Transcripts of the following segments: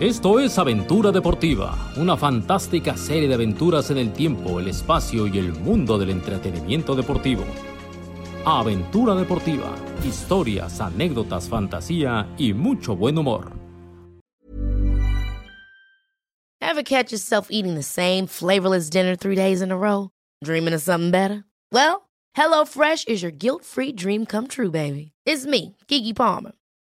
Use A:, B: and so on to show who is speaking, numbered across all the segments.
A: Esto es Aventura Deportiva, una fantástica serie de aventuras en el tiempo, el espacio y el mundo del entretenimiento deportivo. Aventura Deportiva, historias, anécdotas, fantasía y mucho buen humor.
B: Ever catch yourself eating the same flavorless dinner three days in a row? Dreaming of something better? Well, HelloFresh is your guilt-free dream come true, baby. It's me, Kiki Palmer.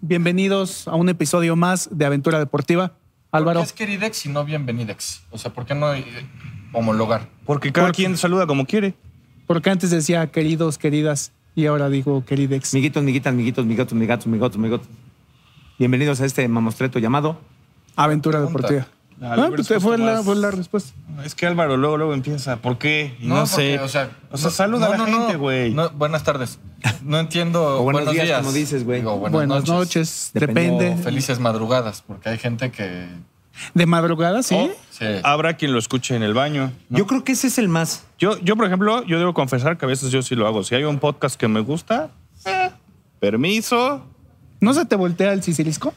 C: Bienvenidos a un episodio más de Aventura Deportiva. Álvaro,
D: ¿Por qué es queridex y no bienvenidex? O sea, ¿por qué no eh, homologar?
E: Porque cada quien saluda como quiere.
C: porque antes decía queridos, queridas, y ahora digo queridex.
F: Miguitos, miguitas, miguitos, migatos, migatos, migotos, migotos. Bienvenidos a este mamostreto llamado.
C: Aventura
D: Pregunta.
C: Deportiva.
E: La
C: Ah,
E: libre
C: pues, fue,
E: respuesta
C: la,
E: más-
C: fue la respuesta.
E: Es que Álvaro luego, luego empieza. ¿Por qué? Y no,
D: porque,
E: sé.
D: O sea, no-
E: saluda a
D: no,
E: la
D: no, no.
E: gente, güey.
D: No, buenas tardes. No entiendo.
F: O buenos días, como dices, güey.
D: Digo,
C: Buenas, noches. Depende.
D: O Felices madrugadas, porque hay gente que.
C: De madrugada, sí.
E: O
D: Sí.
E: Habrá quien lo escuche en el baño. ¿no?
F: Yo creo que ese es el más.
E: Yo, yo, por ejemplo, yo debo confesar que a veces yo sí lo hago. Si hay un podcast que me gusta, eh, permiso.
C: ¿No se te voltea el sicilisco?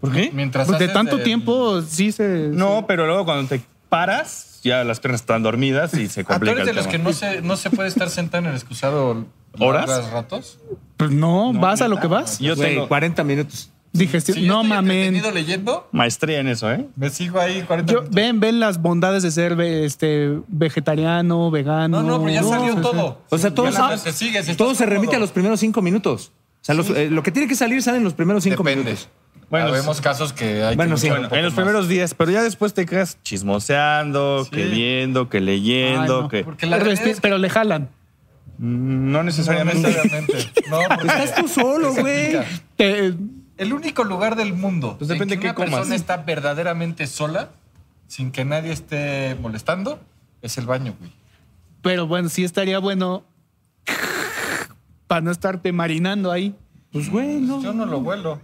E: ¿Por qué?
D: Mientras
C: Pues de
D: haces
C: tanto
D: el-
C: tiempo sí se...
E: No, pero luego cuando te paras, ya las piernas están dormidas y se
D: Ah, ¿Tú
E: complica
D: eres
E: el
D: de los
E: tema.
D: que no se, no se puede estar sentado en el excusado
E: ¿Horas?
D: largas ratos?
C: Pues no, vas a lo que vas.
E: Yo
F: Güey,
E: tengo
F: 40 minutos.
C: Digestión.
D: Si yo
C: no
D: estoy
C: mamen.
D: entretenido leyendo,
E: maestría en eso, ¿eh?
D: me sigo ahí 40
C: Yo-
D: minutos.
C: ven, ven las bondades de ser ve- este, vegetariano, vegano.
D: No, no, pero ya salió
C: sí, sí.
D: todo.
F: O sea,
D: Sí,
F: todo,
D: ya
F: sa-
D: la- te sigues, estás
F: todo se
D: cómodo.
F: remite a los primeros cinco minutos. O sea, los- eh, lo que tiene que salir sale en los primeros cinco
D: Depende.
F: minutos.
E: Bueno,
D: Bueno, vemos casos que hay
F: bueno,
D: que
F: sí,
D: luchar un
F: bueno,
D: poco
E: En los
D: más.
E: primeros días, pero ya después te quedas chismoseando, que viendo, que leyendo,
C: Ay, no,
E: que.
D: Porque la
C: Pero,
D: realidad
C: este-
D: es que-
C: pero le jalan.
E: No
D: No,
E: necesariamente.
D: necesariamente. No, porque-
F: Estás tú solo, güey.
C: Te-
D: El único lugar del mundo
E: Pues depende
D: en que
E: qué
D: una
E: comas.
D: persona está verdaderamente sola, sin que nadie esté molestando, es el baño, güey.
C: pero bueno, sí estaría bueno para no estarte marinando ahí.
F: Pues, güey, no.
D: Yo no lo vuelo.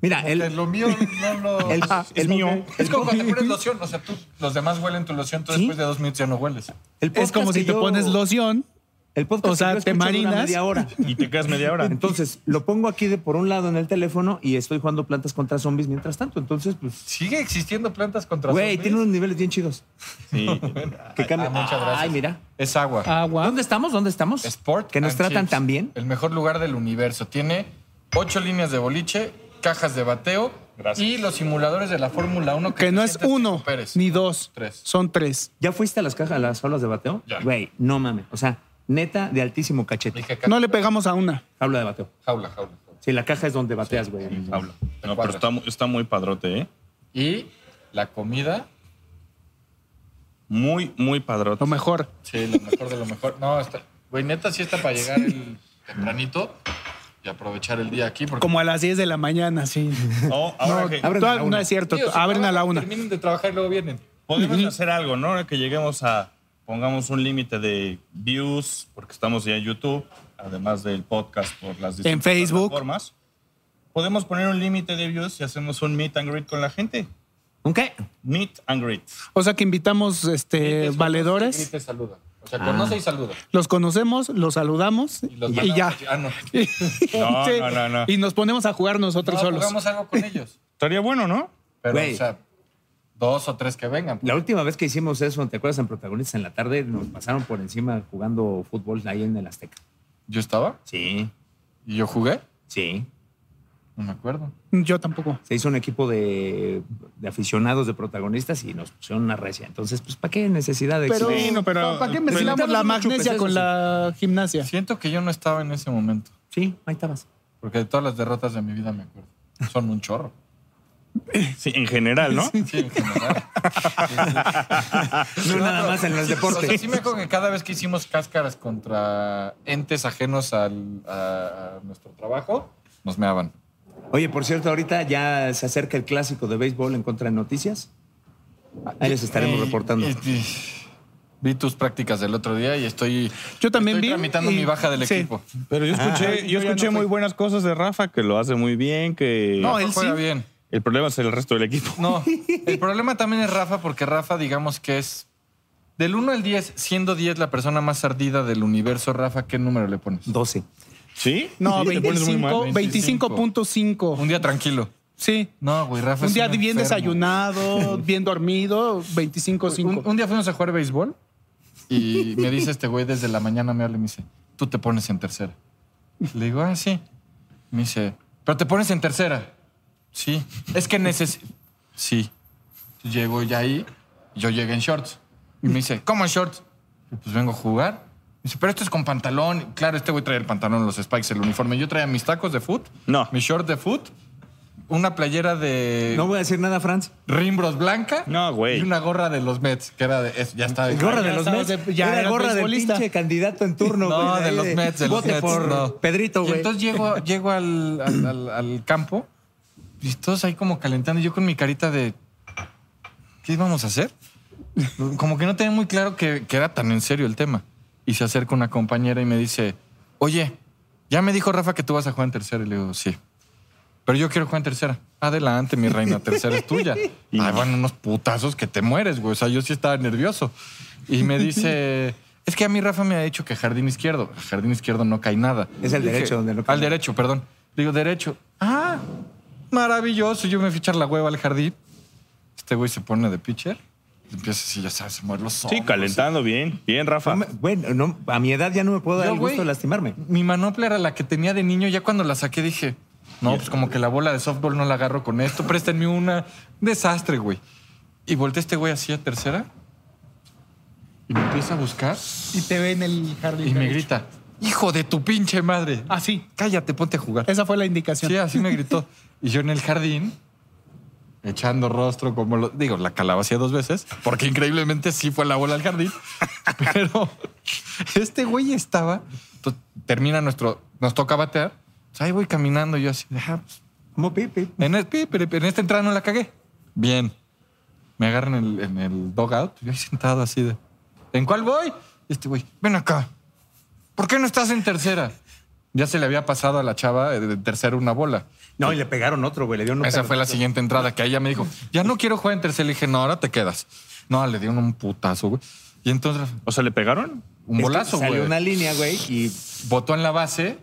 F: Mira, el,
D: porque Lo mío no lo...
F: el- el-
E: mío.
D: es como cuando te pones loción, o sea, tú, los demás huelen tu loción, tú
F: ¿Sí?
D: después de dos minutos ya no hueles.
F: el
C: Es
F: podcast
C: como si
F: que
C: te
F: yo-
C: pones loción.
F: El podcast
C: o sea,
F: que yo
C: te
F: escucho dura
C: marinas.
F: media hora.
E: Y te quedas media hora.
F: Entonces, lo pongo aquí de por un lado en el teléfono y estoy jugando plantas contra zombies mientras tanto. Entonces, pues,
D: Sigue existiendo plantas contra
F: güey,
D: zombies?
F: tiene unos niveles bien chidos.
E: Sí.
F: Que cambian.
D: ah, muchas gracias.
F: Ay, mira.
D: Es agua.
C: Agua.
F: ¿Dónde estamos? ¿Dónde estamos?
D: Sport
F: Que nos
D: and
F: tratan
D: chips.
F: tan bien.
D: El mejor lugar del universo. Tiene ocho líneas de boliche, cajas de bateo
E: Gracias.
D: y los simuladores de la Fórmula 1.
C: Que
D: te
C: no es
D: sientas
C: uno
D: Checo Pérez.
C: ni dos.
D: Tres.
C: Son tres.
F: ¿Ya fuiste a las cajas, a las aulas de bateo?
D: Ya.
F: Güey, no mames. O sea, neta de altísimo cachete.
D: Dije,
C: No le pegamos a una.
F: Habla de bateo.
D: Jaula, jaula. jaula.
F: Sí, la caja es donde bateas, güey.
D: Jaula. Te
E: No, pero
D: cuadras.
E: está, mu- está muy padrote, ¿eh?
D: Y la comida.
E: Muy, muy padrote.
C: Lo mejor.
D: Sí, lo mejor de lo mejor. No, está. Güey, neta, sí está para llegar el tempranito y aprovechar el día aquí. Porque,
C: Como a las 10 de la mañana, sí.
E: Oh, ahora que-
F: abren a la
C: Tú- No
F: una.
C: es cierto.
D: Sí, o sea,
C: Abren a la
D: trabajan,
C: una. Eh,
D: Terminen de trabajar y luego vienen.
E: podemos hacer algo, ¿no? Ahora que lleguemos a. Pongamos un límite de views, porque estamos ya en YouTube, además del podcast por las distintas
C: En Facebook.
E: plataformas. Podemos poner un límite de views y hacemos un meet and greet con la gente.
F: ¿Un qué?
E: Meet and greet.
C: O sea que invitamos este,
D: Grites,
C: valedores.
D: Grites, saluda. O sea, conoce y saluda.
C: Los conocemos, los saludamos y,
D: Y, los
C: ya.
D: mandamos- Ah, no.
E: No,
C: Sí.
E: no, no, no.
C: Y nos ponemos a jugar nosotros
D: No,
C: solos.
D: jugamos algo con ellos.
E: Estaría bueno, ¿no?
D: Pero,
F: Güey.
D: o sea, dos o tres que vengan.
F: La última vez que hicimos eso, ¿te acuerdas en Protagonistas en la tarde? Nos pasaron por encima jugando fútbol ahí en el Azteca.
D: Yo estaba
F: Sí,
D: y yo jugué.
F: sí.
D: No me acuerdo.
C: Yo tampoco.
F: Se hizo un equipo de, de aficionados, de protagonistas y nos pusieron una recia. Entonces, pues, ¿para qué necesidad de
C: Pero,
F: exhibir?
E: Sí, no, pero-
C: ¿para qué
E: pero-
C: mezclamos la
F: Inventamos mucho,
C: magnesia
F: pues,
C: con
F: eso
C: la gimnasia?
D: Siento que yo no estaba en ese momento.
F: Sí, ahí estabas.
D: Porque de todas las derrotas de mi vida me acuerdo. Son un chorro.
E: Sí, en general, ¿no?
D: Sí, en general.
F: No, nada más en los
D: O sea,
F: deportes.
D: sí me acuerdo que cada vez que hicimos cáscaras contra entes ajenos al, a, a nuestro trabajo, nos meaban.
F: Oye, por cierto, ahorita ya se acerca el clásico de béisbol en contra de noticias. Ahí les estaremos
D: Eh,
F: reportando.
D: eh, eh, Vi tus prácticas del otro día y estoy.
C: Yo también
D: estoy
C: vi
D: tramitando
C: y-
D: mi baja del
C: sí.
D: equipo.
E: Pero yo escuché,
C: yo
E: Ah, yo
C: ya
E: escuché
C: no
E: muy
C: soy-
E: buenas cosas de Rafa, que lo hace muy bien, que
D: No,
C: No,
D: él
C: él
D: juega
C: sí.
D: bien.
E: el problema es el resto del equipo.
D: No, el problema también es Rafa, porque Rafa, digamos que es. Del 1 al 10, siendo 10 la persona más ardida del universo, Rafa, ¿qué número le pones?
F: 12.
E: ¿Sí?
C: No,
E: Sí, te pones muy mal.
C: 25,
D: 25.
C: 25.5.
D: Un día tranquilo.
C: Sí.
D: No, güey, Rafa.
C: Un
D: es
C: día
D: un
C: bien
D: enfermo.
C: desayunado, bien dormido,
D: Un,
C: 25.5.
D: un día fuimos a jugar béisbol y me dice este güey desde la mañana, me habla y me dice, tú te pones en tercera. Le digo, ah, sí. Me dice, pero te pones en tercera. Sí. Es que necesito. Sí. Llego ya ahí, yo llegué en shorts. Y me dice, ¿cómo en shorts? Y, Pues vengo a jugar. Me dice, pero esto es con pantalón. Y, Claro, este güey traía el pantalón, los spikes, el uniforme. Yo traía mis tacos de foot,
E: No.
D: mis shorts de foot, una playera de
F: No voy a decir nada, Franz.
D: Rimbros blanca.
E: No, güey.
D: Y una gorra de los Mets, que era de. es- ya está.
F: Gorra de
C: ya
F: los
C: sabes,
F: Mets.
C: de- ya
F: Era
C: eras
F: gorra del
C: beisbolista.
F: pinche candidato en turno.
D: No,
F: güey,
D: de
F: ahí
D: los Mets, de los
F: Vote
D: Mets.
F: por
D: no.
F: Pedrito,
D: Y
F: güey.
D: entonces llego, llego al, al- al- al campo y todos ahí como calentando. Y yo con mi carita de. ¿Qué íbamos a hacer? Como que no tenía muy claro que, que era tan en serio el tema. Y se acerca una compañera y me dice: Oye, ya me dijo Rafa que tú vas a jugar en tercera. Y le digo: Sí. Pero yo quiero jugar en tercera. Adelante, mi reina, tercera es tuya.
E: Y-
D: Ay, van unos putazos que te mueres, güey. O sea, yo sí estaba nervioso. Y me dice, es que a mí Rafa me ha dicho que jardín izquierdo. A jardín izquierdo no cae nada.
F: Es el
D: Dije,
F: derecho donde no cae
D: Al
F: nada.
D: derecho, perdón. Digo, derecho. Ah, maravilloso. Yo me fui a echar la hueva al jardín. Este güey se pone de pitcher. Empieza así, ya sabes, a mover los
E: Sí,
D: hombros.
E: calentando bien. Bien, Rafa.
F: No me- bueno, no, a mi edad ya no me puedo dar
D: Yo,
F: el gusto
D: güey,
F: de lastimarme.
D: Mi manopla era la que tenía de niño. Ya cuando la saqué dije, no, pues como que la bola de softball no la agarro con esto. Préstenme una. Desastre, güey. Y volteé este güey así a tercera. Y me empieza a buscar.
C: Y te ve en el jardín.
D: Y me
C: derecho.
D: grita, hijo de tu pinche madre.
C: Así.
D: Cállate, ponte a jugar.
C: Esa fue la indicación.
D: Sí, así me gritó. Y yo en el jardín, echando rostro, como lo digo, la calabacía dos veces, porque increíblemente sí fue la bola al jardín. Pero este güey estaba. to- Termina nuestro. Nos toca batear. Entonces, Ahí voy caminando, yo así. "Ah, pues,
F: Como pipi.
D: en, el- pi, pero en esta entrada no la cagué. Bien. Me agarran en el, en el dogout. Yo ahí sentado así de. ¿En cuál voy? Y este güey, ven acá. ¿Por qué no estás en tercera? Ya se le había pasado a la chava eh, de tercera una bola.
F: No, y le pegaron otro, güey. Le dieron un
D: Esa
F: pedo.
D: fue la siguiente entrada que ahí ya me dijo, ya no quiero jugar en tercera. Le dije, no, ahora te quedas. No, le dieron un putazo, güey. Y entonces,
E: O sea, ¿le pegaron?
D: un
F: Es que
D: bolazo,
F: Salió
D: güey.
F: una línea, güey, y
D: Botó en la base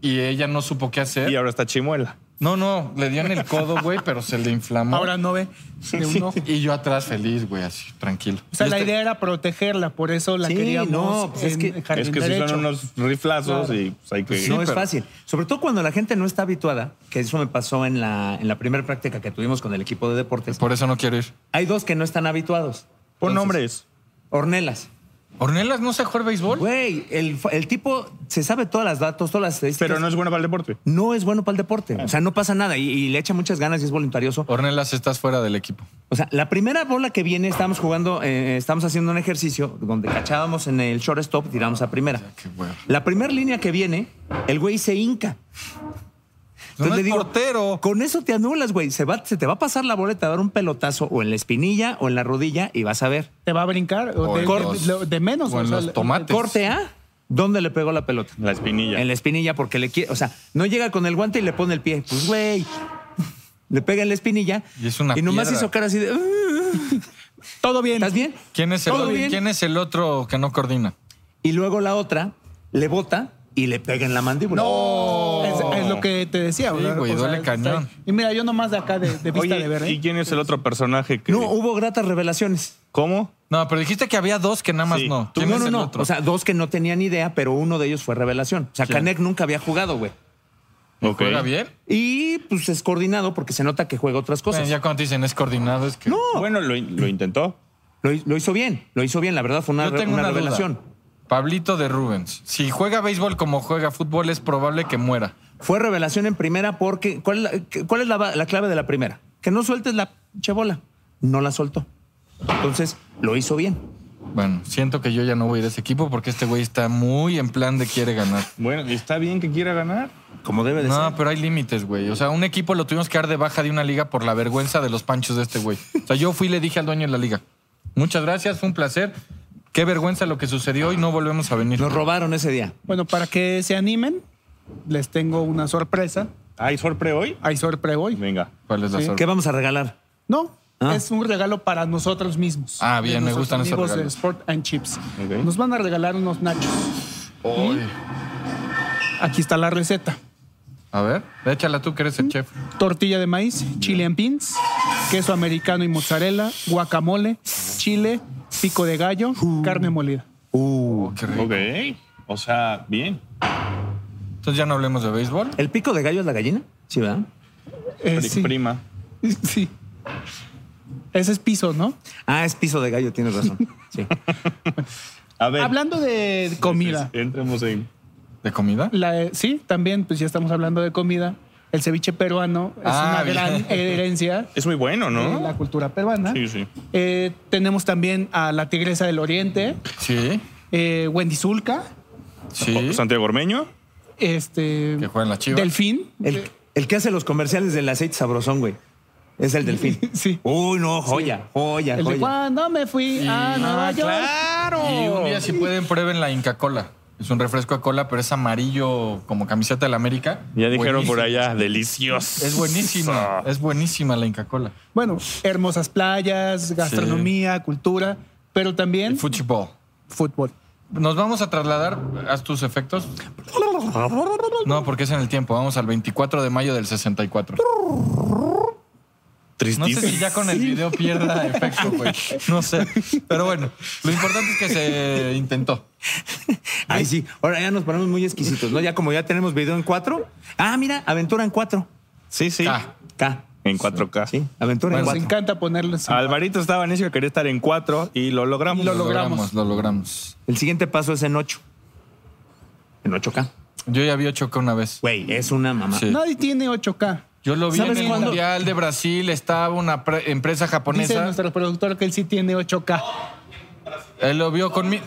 D: y ella no supo qué hacer.
E: Y ahora está Chimuela.
D: No, no, le dio en el codo, güey, pero se le inflamó.
C: Ahora no ve de un ojo.
D: Y yo atrás feliz, güey, así, tranquilo.
C: O sea,
D: Y
C: la
D: este-
C: idea era protegerla, por eso la
F: Sí,
C: queríamos.
F: no, pues es
C: en
F: que-
C: jardín
E: es que
C: derecho.
E: si son unos riflazos y pues, hay que...
F: no es
D: pero-
F: fácil. Sobre todo cuando la gente no está habituada, que eso me pasó en la, en la primera práctica que tuvimos con el equipo de deportes.
D: Por eso no quiero ir.
F: Hay dos que no están habituados.
E: Pon
F: Entonces,
E: nombres.
F: Ornelas.
D: ¿Ornelas no sabe jugar béisbol?
F: Güey, el, el tipo se sabe todas las datos, todas las estadísticas.
E: Pero no es Ah. bueno para el deporte.
F: no es bueno para el deporte. O sea, no pasa nada y, y le echa muchas ganas y es voluntarioso.
D: Ornelas, estás fuera del equipo.
F: O sea, la primera bola que viene, estamos jugando, eh, estamos haciendo un ejercicio donde cachábamos en el shortstop, tiramos a primera.
D: Qué hueva.
F: La primera línea que viene, el güey se hinca.
D: No
F: Entonces
D: es
F: le digo,
D: portero.
F: Con eso te anulas, güey. Se, va- se te va a pasar la bola, te va a dar un pelotazo o en la espinilla o en la rodilla y vas a ver.
C: Te va a brincar o
D: O
C: de,
D: en los-
C: lo- de menos.
D: o en los
C: le-
D: tomates.
F: Corte A, ¿dónde le pegó la pelota?
E: La espinilla.
F: En la espinilla porque le quiere, o sea, no llega con el guante y le pone el pie. Pues, güey, le pega en la espinilla.
D: Y es una
F: nomás
D: piedra.
F: hizo cara así de... "Uh,
C: Todo bien.
F: ¿Estás bien?
D: ¿Quién es, el,
F: ¿Todo bien?
D: ¿Quién es el otro que no coordina?
F: Y luego la otra le bota y le pega en la mandíbula.
C: Es, es lo que te decía,
D: Sí,
C: ¿verdad?
D: güey,
C: O sea,
D: duele
C: está ahí.
D: cañón.
C: Y mira, yo nomás de acá, de, de vista de ver.
E: Oye,
C: ¿eh?
E: ¿y quién es el otro personaje que...
F: No, uh. hubo gratas revelaciones.
E: ¿Cómo?
D: No, pero dijiste que había dos que nada más
E: Sí.
D: no.
E: Tú-
D: ¿Quién
F: no,
D: es
F: no,
D: el
F: no.
D: otro?
F: O sea, dos que no tenían idea, pero uno de ellos fue revelación. O sea,
D: ¿Quién?
F: Canek nunca había jugado, güey.
E: Ok.
D: ¿Juega bien?
F: Y pues es coordinado porque se nota que juega otras cosas.
D: Bueno, ya cuando te dicen es coordinado, es que. No,
E: Bueno, lo, lo intentó.
F: Lo, hi- lo hizo bien, lo hizo bien, la verdad fue una,
D: Yo
F: re-
D: tengo
F: una
D: una, duda.
F: revelación.
D: Pablito de Rubens. Si juega béisbol como juega fútbol, es probable que muera.
F: Fue revelación en primera porque. ¿Cuál, es la- cuál es la, va- la clave de la primera? que no sueltes la pinche bola. No la soltó. Entonces, lo hizo bien.
D: Bueno, siento que yo ya no voy a ir a ese equipo porque este güey está muy en plan de quiere ganar.
E: Bueno, y está bien que quiera ganar.
F: Como debe de ser.
C: pues.
D: No, pero hay límites, güey. O sea, un equipo lo tuvimos que dar de baja de una liga por la vergüenza de los panchos de este güey. O sea, yo fui y le dije al dueño de la liga, muchas gracias, fue un placer. Qué vergüenza lo que sucedió y no volvemos a venir.
F: Nos robaron ese día.
C: Bueno, para que se animen, les tengo una sorpresa.
E: ¿Hay sorpre hoy? Ah,
C: Hay sorpresa hoy.
E: Venga.
D: ¿Cuál es la
C: Sí.
D: sorpresa?
F: ¿Qué vamos a regalar?
C: No,
F: Ah.
C: es un regalo para nosotros mismos.
D: Ah, bien,
C: De
D: me
C: nuestros
D: gustan esos
C: amigos de
D: regalos.
C: Sport and Chips.
E: Ok.
C: Nos van a regalar unos nachos.
D: Ay.
C: Aquí está la receta.
D: A ver, échala tú que eres el chef.
E: Mm.
C: Tortilla de maíz, chile en pins, queso americano y mozzarella, guacamole, chile, pico de gallo, carne molida. Uh.
D: Oh, qué rico.
E: Ok. O sea, bien.
D: Entonces ya no hablemos de béisbol.
F: ¿El pico de gallo es la gallina? Sí, ¿verdad?
C: Eh,
E: Pri-
C: sí.
E: Prima.
C: Sí. Ese es piso, ¿no?
F: Ah, es piso de gallo, tienes razón. Sí.
E: A ver.
C: Hablando de comida.
E: Entremos en.
D: ¿De comida?
C: La, eh, sí, también, pues ya estamos hablando de comida. El ceviche peruano es
D: Ah,
C: una
D: bien.
C: gran herencia
E: Es muy bueno,
C: de la
E: ¿no?
C: cultura peruana.
E: Sí, sí.
C: Eh, tenemos también a la Tigresa del Oriente,
D: Sí,
C: eh, Wendy Zulka,
D: sí.
E: Santiago Ormeño.
C: este,
D: Que juegan las chivas.
C: Delfín.
F: El, el que hace los comerciales del aceite sabrosón, güey. Es el delfín.
C: Sí.
F: Uy, no, joya, joya,
C: El de
F: joya.
C: cuando me fui a
D: Ah,
C: Nueva York.
D: Y un día, si pueden, prueben la Inca Cola. Es un refresco a cola, pero es amarillo como camiseta del América.
E: Ya dijeron por
D: Buenísimo.
E: allá, delicioso.
D: Es buenísima, es buenísima la Inca Cola.
C: Bueno, hermosas playas, gastronomía, cultura, pero también
D: El fútbol.
C: fútbol.
D: Nos vamos a trasladar, haz tus efectos. No, porque es en el tiempo. Vamos al 24 de mayo del 64. No sé
E: Tristísimo.
D: si ya con el video pierda efecto, güey. No sé. Pero bueno, lo importante es que se intentó.
F: Ay, sí. Ahora ya nos ponemos muy exquisitos, ¿no? Ya como ya tenemos video en cuatro. Ah, mira, aventura en cuatro.
E: Sí, sí.
D: Ah,
F: K.
E: En 4K.
F: Sí, aventura
D: Bueno,
C: Nos
F: en cuatro.
C: encanta ponerles.
E: Alvarito estaba necio que quería estar en 4 y lo logramos.
C: Lo logramos.
D: Lo logramos.
F: El siguiente paso es en ocho. En 8K.
D: Yo ya había chocado una vez.
F: Güey, es una mamá.
D: Sí.
C: Nadie tiene 8K.
D: Yo lo vi en
F: ¿Sabes
D: el
F: cuándo?
D: Mundial de Brasil, estaba una pre- empresa
C: Dice
D: japonesa.
C: nuestro productor que él sí tiene 8K.
D: Él lo vio conmigo.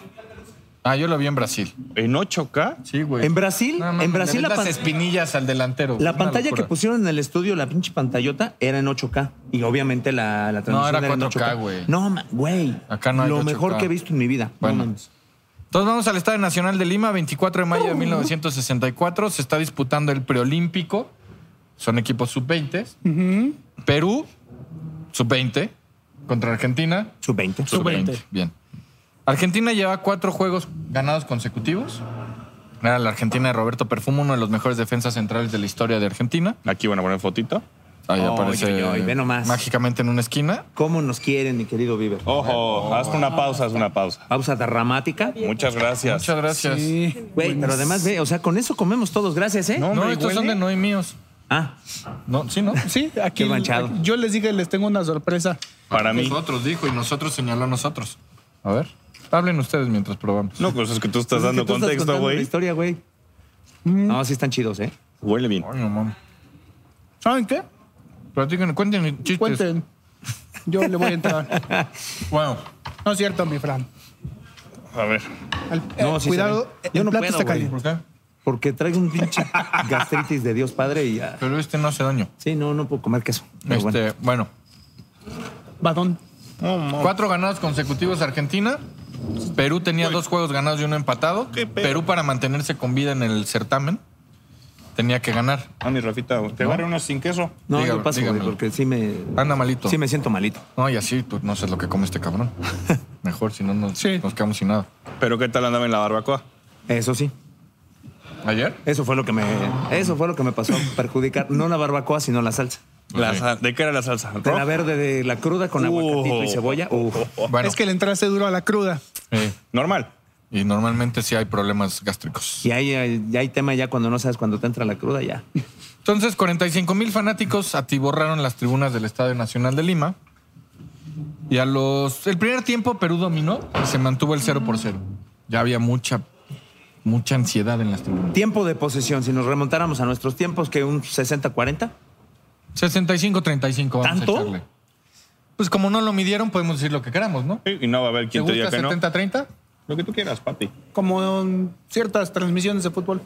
D: Ah, yo lo vi en Brasil.
E: En 8K.
D: Sí, güey.
F: En Brasil,
D: No, no,
F: en
D: no, le
F: Brasil la,
D: ves
F: pan-
D: las espinillas al delantero.
F: la
D: Una
F: pantalla
D: locura.
F: que pusieron en el estudio, la pinche pantallota, era en 8K. Y obviamente la, la transmisión
D: era
F: en
D: 4K,
F: 8K.
D: güey.
F: No, ma- güey.
D: Acá no hay
F: Lo
D: 8K.
F: mejor que he visto en mi vida. No
D: Bueno.
F: mames.
D: Entonces vamos al Estadio Nacional de Lima, 24 de mayo
F: Uh.
D: de 1964. Se está disputando el preolímpico. Son equipos sub-20. Perú, sub-20, contra Argentina.
F: Sub 20.
D: Sub-20. Bien. Argentina lleva cuatro juegos ganados consecutivos. Era la Argentina de Roberto Perfumo, uno de los mejores defensas centrales de la historia de Argentina.
E: Aquí van a poner fotito.
D: Ahí
F: Ay,
D: aparece
F: ay, ay, ve nomás.
D: mágicamente en una esquina.
F: ¿Cómo nos quieren, mi querido Bieber?
E: Ojo, haz una pausa, haz una pausa.
F: Pausa dramática.
E: Muchas gracias.
D: Muchas gracias.
C: Sí.
F: Güey, pero además, ve, o sea, con eso comemos todos. Gracias, ¿eh?
E: No.
D: No,
E: Hombre,
D: estos son
E: huele.
D: de no y míos.
F: Ah,
D: No, sí, ¿no?
C: Sí, aquí.
F: Qué manchado.
C: Yo les dije, les tengo una sorpresa.
E: Para mí.
D: Nosotros dijo y nosotros señaló a nosotros. A ver, hablen ustedes mientras probamos.
E: No, pues es que tú estás
F: es que
E: dando
F: tú estás
E: contexto,
F: contando la
E: güey.
F: historia, güey.
D: Mm.
F: No, sí están chidos, ¿eh?
E: Huele bien.
D: Ay, no mames.
C: ¿Saben qué?
D: Platiquen, cuenten chistes.
F: pues.
C: Cuenten. Yo le voy a entrar.
D: Bueno,
C: No es cierto, mi Fran.
E: A ver.
C: Al-
F: No,
C: eh,
F: sí
C: cuidado,
F: se ven.
C: el
F: Yo no
C: plato
F: puedo,
C: está
F: güey.
C: caliente.
D: ¿por qué?
F: Porque traigo un pinche gastritis de Dios Padre y ya.
D: Pero este no hace daño.
F: Sí, no, no puedo comer queso. Pero
D: Este,
F: bueno.
D: bueno.
C: Badón.
D: cuatro ganados consecutivos Argentina. Perú tenía dos juegos ganados y uno empatado.
E: ¿Qué pedo?
D: Perú para mantenerse con vida en el certamen tenía que ganar.
E: A Ah, mi Rafita, güey. te agarro unos sin queso.
F: No,
D: dígame,
F: yo paso, güey,
D: dígamelo.
F: porque sí me.
D: Anda malito.
F: Sí me siento malito.
D: No, y así tú no sé lo que come este cabrón. Mejor, si no nos,
C: Sí.
D: nos quedamos sin nada.
E: Pero ¿qué tal andaba en la barbacoa?
F: Eso sí.
D: ¿Ayer?
F: Eso fue lo que me.
D: Ah.
F: Eso fue lo que me pasó. Perjudicar. No la barbacoa, sino la salsa.
E: La
D: Sí.
E: sa- ¿De qué era la salsa?
F: De la
D: Oh.
E: ¿Rock?
F: verde, de la cruda con aguacatito y cebolla. Uf.
D: Bueno,
C: Es que le entraste duro a la cruda.
D: eh,
E: Normal.
D: y normalmente sí hay problemas gástricos.
F: Y ahí eh, ya hay tema ya cuando no sabes cuando te entra la cruda, ya.
D: Entonces, 45 mil fanáticos atiborraron las tribunas del Estadio Nacional de Lima. Y a los. El primer tiempo Perú dominó y se mantuvo el 0 por 0. Ya había mucha, mucha ansiedad en las tribunas.
F: Tiempo de posesión, si nos remontáramos a nuestros tiempos, que un 60-40,
D: 65-35 vamos
F: ¿Tanto?
D: a echarle. Pues como no lo midieron, podemos decir lo que queramos, ¿no?
E: Sí, Y no va a haber
D: ¿Te
E: quien te diga
D: gusta
E: que no.
D: 70-30?
E: Lo que tú quieras, papi.
C: Como en ciertas transmisiones de fútbol.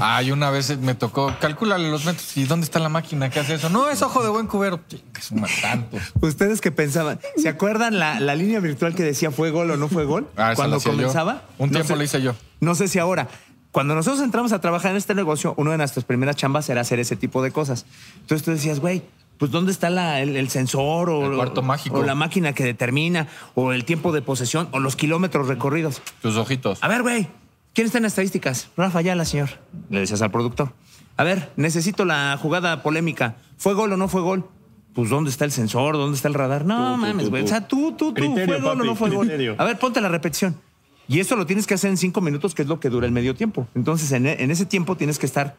D: Ay, una vez me tocó, calcúlale los metros y dónde está la máquina que hace eso. No, es ojo de buen cubero. Que suma tantos.
F: ¿Ustedes qué pensaban? ¿Se acuerdan la, la línea virtual que decía fue gol o no fue gol?
D: Ah, esa la
F: Cuando
D: hacía yo.
F: comenzaba.
D: Un tiempo
F: sé-
D: la hice yo.
F: No sé si ahora. Cuando nosotros entramos a trabajar en este negocio, una de nuestras primeras chambas era hacer ese tipo de cosas. Entonces tú decías, güey, pues ¿dónde está la- el, el sensor o,
D: El cuarto mágico.
F: o la máquina que determina o el tiempo de posesión o los kilómetros recorridos?
D: Tus ojitos.
F: A ver, güey, ¿quién está en estadísticas? Rafa Yala, señor. Le decías al productor. A ver, necesito la jugada polémica. ¿Fue gol o no fue gol? Pues, ¿dónde está el sensor? ¿Dónde está el radar? No
E: tú,
F: mames,
E: tú,
F: güey. O
E: tú.
F: sea, tú, tú, tú.
E: Criterio,
F: ¿Fue gol o
E: papi,
F: no fue gol?
E: criterio.
F: A ver, ponte la repetición. Y eso lo tienes que hacer en cinco minutos, que es lo que dura el medio tiempo. Entonces, en, e- en ese tiempo tienes que estar.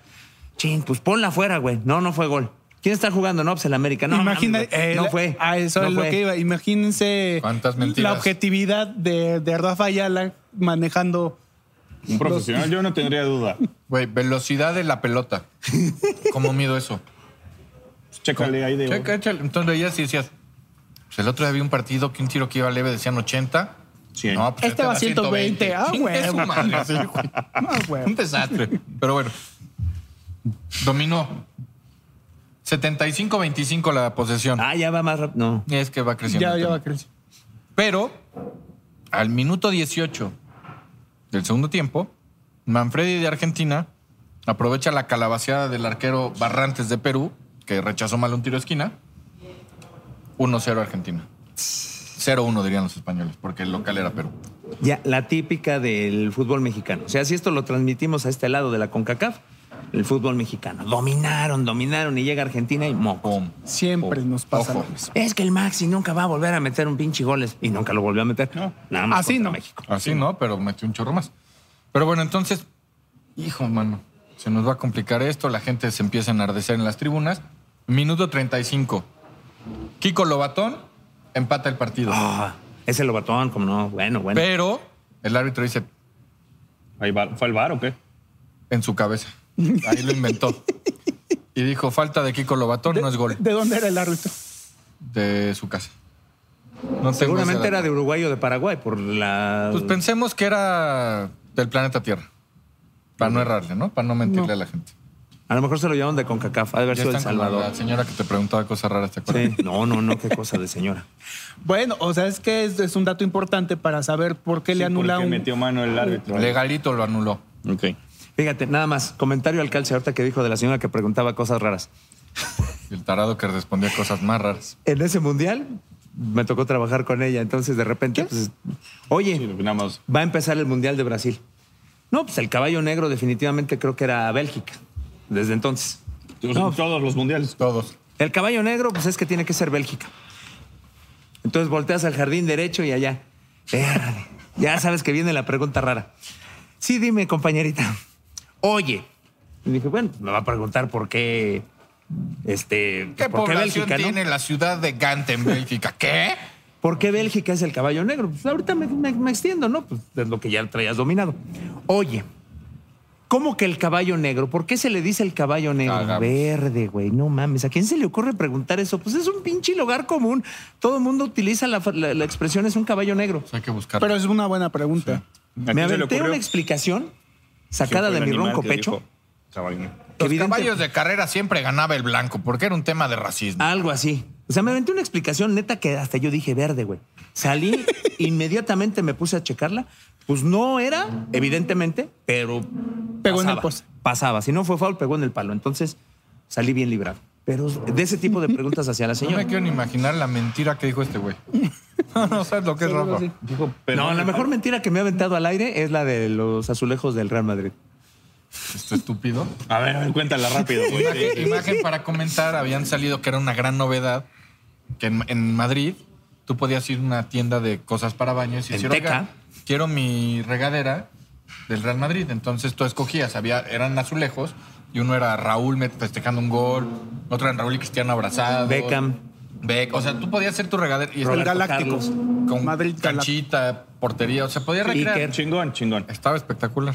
F: Ching, pues ponla afuera, güey. No, no fue gol. ¿Quién está jugando? No, pues el América. No,
C: Imagina,
F: mames, güey.
C: eh,
F: no
C: la-
F: fue.
C: A eso
F: No
C: es
F: fue.
C: lo que iba. Imagínense
D: ¿Cuántas mentiras?
C: la objetividad de, de Rafa Ayala manejando.
E: Un profesional, yo no tendría duda.
D: Güey, velocidad de la pelota. ¿Cómo mido eso?
E: Chécale ahí de.
D: Checa, échale. Entonces veías y decías, pues el otro día había un partido que un tiro que iba leve decían 80.
E: Cien.
D: No, pues
C: Este va 120. Ah,
D: Chingue
C: güey.
D: su madre, sí, güey.
C: Ah,
D: Un
C: güey.
D: desastre. Pero bueno, dominó 75-25 la posesión.
F: Ah, ya va más rápido. No.
D: Y es que va creciendo.
C: Ya,
D: el
C: ya
D: tema.
C: va a crecer.
D: Pero al minuto 18 del segundo tiempo, Manfredi de Argentina aprovecha la calabaceada del arquero Barrantes de Perú, que rechazó mal un tiro de esquina. 1-0 Argentina. 0-1 dirían los españoles, porque el local era Perú.
F: Ya, la típica del fútbol mexicano. O sea, si esto lo transmitimos a este lado de la CONCACAF, el fútbol mexicano. Dominaron, dominaron y llega Argentina y moco.
D: Pum.
C: Siempre
D: Pum.
C: nos pasa
D: Ojo.
C: lo mismo.
F: Es que el Maxi nunca va a volver a meter un pinche goles. Y nunca lo volvió a meter. No. Nada más
C: Así
F: contra
C: no.
F: México.
D: Así Ah, no, pero metió un chorro más. Pero bueno, entonces, hijo, mano, se nos va a complicar esto, la gente se empieza a enardecer en las tribunas. Minuto 35. Kiko Lobatón empata el partido.
F: Ah, ese Lobatón, como no. Bueno, bueno.
D: Pero el árbitro dice
E: Ahí va- ¿Fue al bar o qué?
D: en su cabeza. Ahí lo inventó. Y dijo, falta de Kiko Lobatón, no es gol.
C: ¿De dónde era el árbitro?
D: De su casa. No tengo ese
F: Seguramente era
D: dato.
F: de Uruguay o de Paraguay por la...
D: Pues pensemos que era del planeta Tierra. Para no errarle, ¿no? Para no mentirle a la gente.
F: a lo mejor se lo llevaron de CONCACAF. Ha de haber
D: Ya
F: sido El
D: están como
F: Salvador.
D: La señora que te preguntaba cosas raras, ¿te acuerdas?
F: Sí. No, no, no. Qué cosa de señora.
C: Bueno, o sea, es que es, es un dato importante para saber por qué le anula
E: porque
C: un.
E: metió mano el árbitro.
D: Legalito lo anuló.
E: Ok.
F: Fíjate, nada más. Comentario al calce ahorita que dijo de la señora que preguntaba cosas raras.
D: Y el tarado que respondía cosas más raras.
F: en ese mundial me tocó trabajar con ella. Entonces, de repente, pues,
E: Sí,
F: oye,
E: nada más.
F: va a empezar el mundial de Brasil. No, pues el caballo negro definitivamente creo que era Bélgica desde entonces. No,
E: Todos los mundiales.
D: Todos.
F: el caballo negro, pues es que tiene que ser Bélgica. Entonces volteas al jardín derecho y allá. Verde. Ya sabes que viene la pregunta rara. Sí, dime, compañerita. Oye. Y dije, bueno, me va a preguntar por qué. Este.
D: ¿Qué
F: por qué
D: población
F: Bélgica, no?
D: tiene la ciudad de Gante en Bélgica? ¿Qué?
F: ¿Por qué Bélgica es el caballo negro? Pues ahorita me, me- me extiendo, ¿no? Pues es lo que ya traías dominado. Oye, ¿cómo que el caballo negro? ¿Por qué se le dice el caballo negro?
D: Cagamos.
F: Verde, güey. No mames. ¿A quién se le ocurre preguntar eso? Pues es un pinche lugar común. Todo el mundo utiliza la, la- la expresión es un caballo negro.
D: Hay que buscar.
C: Pero es una buena pregunta.
E: ¿A
F: Me
E: quién se le
F: aventé
E: ocurrió?
F: una explicación
E: ¿Quién
F: sacada
E: fue
F: de
E: el
F: mi
E: animal
F: ronco
E: que
F: pecho.
E: dijo caballo negro?
F: que
D: Los
F: evidente-
D: caballos de carrera siempre ganaba el blanco porque era un tema de racismo.
F: Algo así. O sea, me aventé una explicación neta que hasta yo dije verde, güey. Salí, inmediatamente me puse a checarla. Pues no era, evidentemente, pero.
C: Pegó en
F: pasaba,
C: el poste.
F: Pasaba. Si no fue foul, pegó en el palo. Entonces salí bien librado. Pero de ese tipo de preguntas hacia la
D: No me
F: señora.
D: quiero ni imaginar la mentira que dijo este güey. No, no sabes lo que es Rafa.
E: Dijo,
F: No,
E: perdón,
F: la
E: el
F: mejor mentira que me ha aventado al aire es la de los azulejos del Real Madrid.
D: Este estúpido.
E: pa- A ver, a ver, cuéntala rápido, güey. Sí,
D: Imagen,
E: sí.
D: imagen para comentar, habían salido que era una gran novedad que en, en Madrid tú podías ir a una tienda de cosas para baños y
F: En
D: decir,
F: Teca.
D: "Oiga, quiero mi regadera del Real Madrid. Entonces tú escogías, había, eran azulejos y uno era Raúl met- festejando un gol, otro era Raúl y Cristiano abrazados.
F: Beckham.
D: Beck, o sea, tú podías hacer tu regadera y este,
C: El
F: Roberto
C: Galáctico.
F: Carlos.
D: con
C: Madrid Galáctico.
D: canchita, portería, o sea, podías recrear.
F: Iker.
E: Chingón, chingón.
D: Estaba espectacular.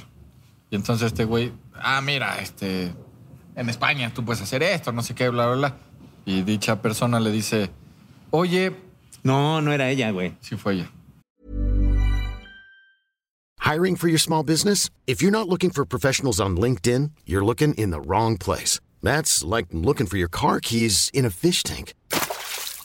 D: Y entonces este güey, ah, mira, este, en España tú puedes hacer esto, no sé qué, bla, bla, bla. Y dicha persona le dice, oye,
F: No, no era ella, güey.
D: sí fue ella.
G: Hiring for your small business? If you're not looking for professionals on LinkedIn, you're looking in the wrong place. That's like looking for your car keys in a fish tank.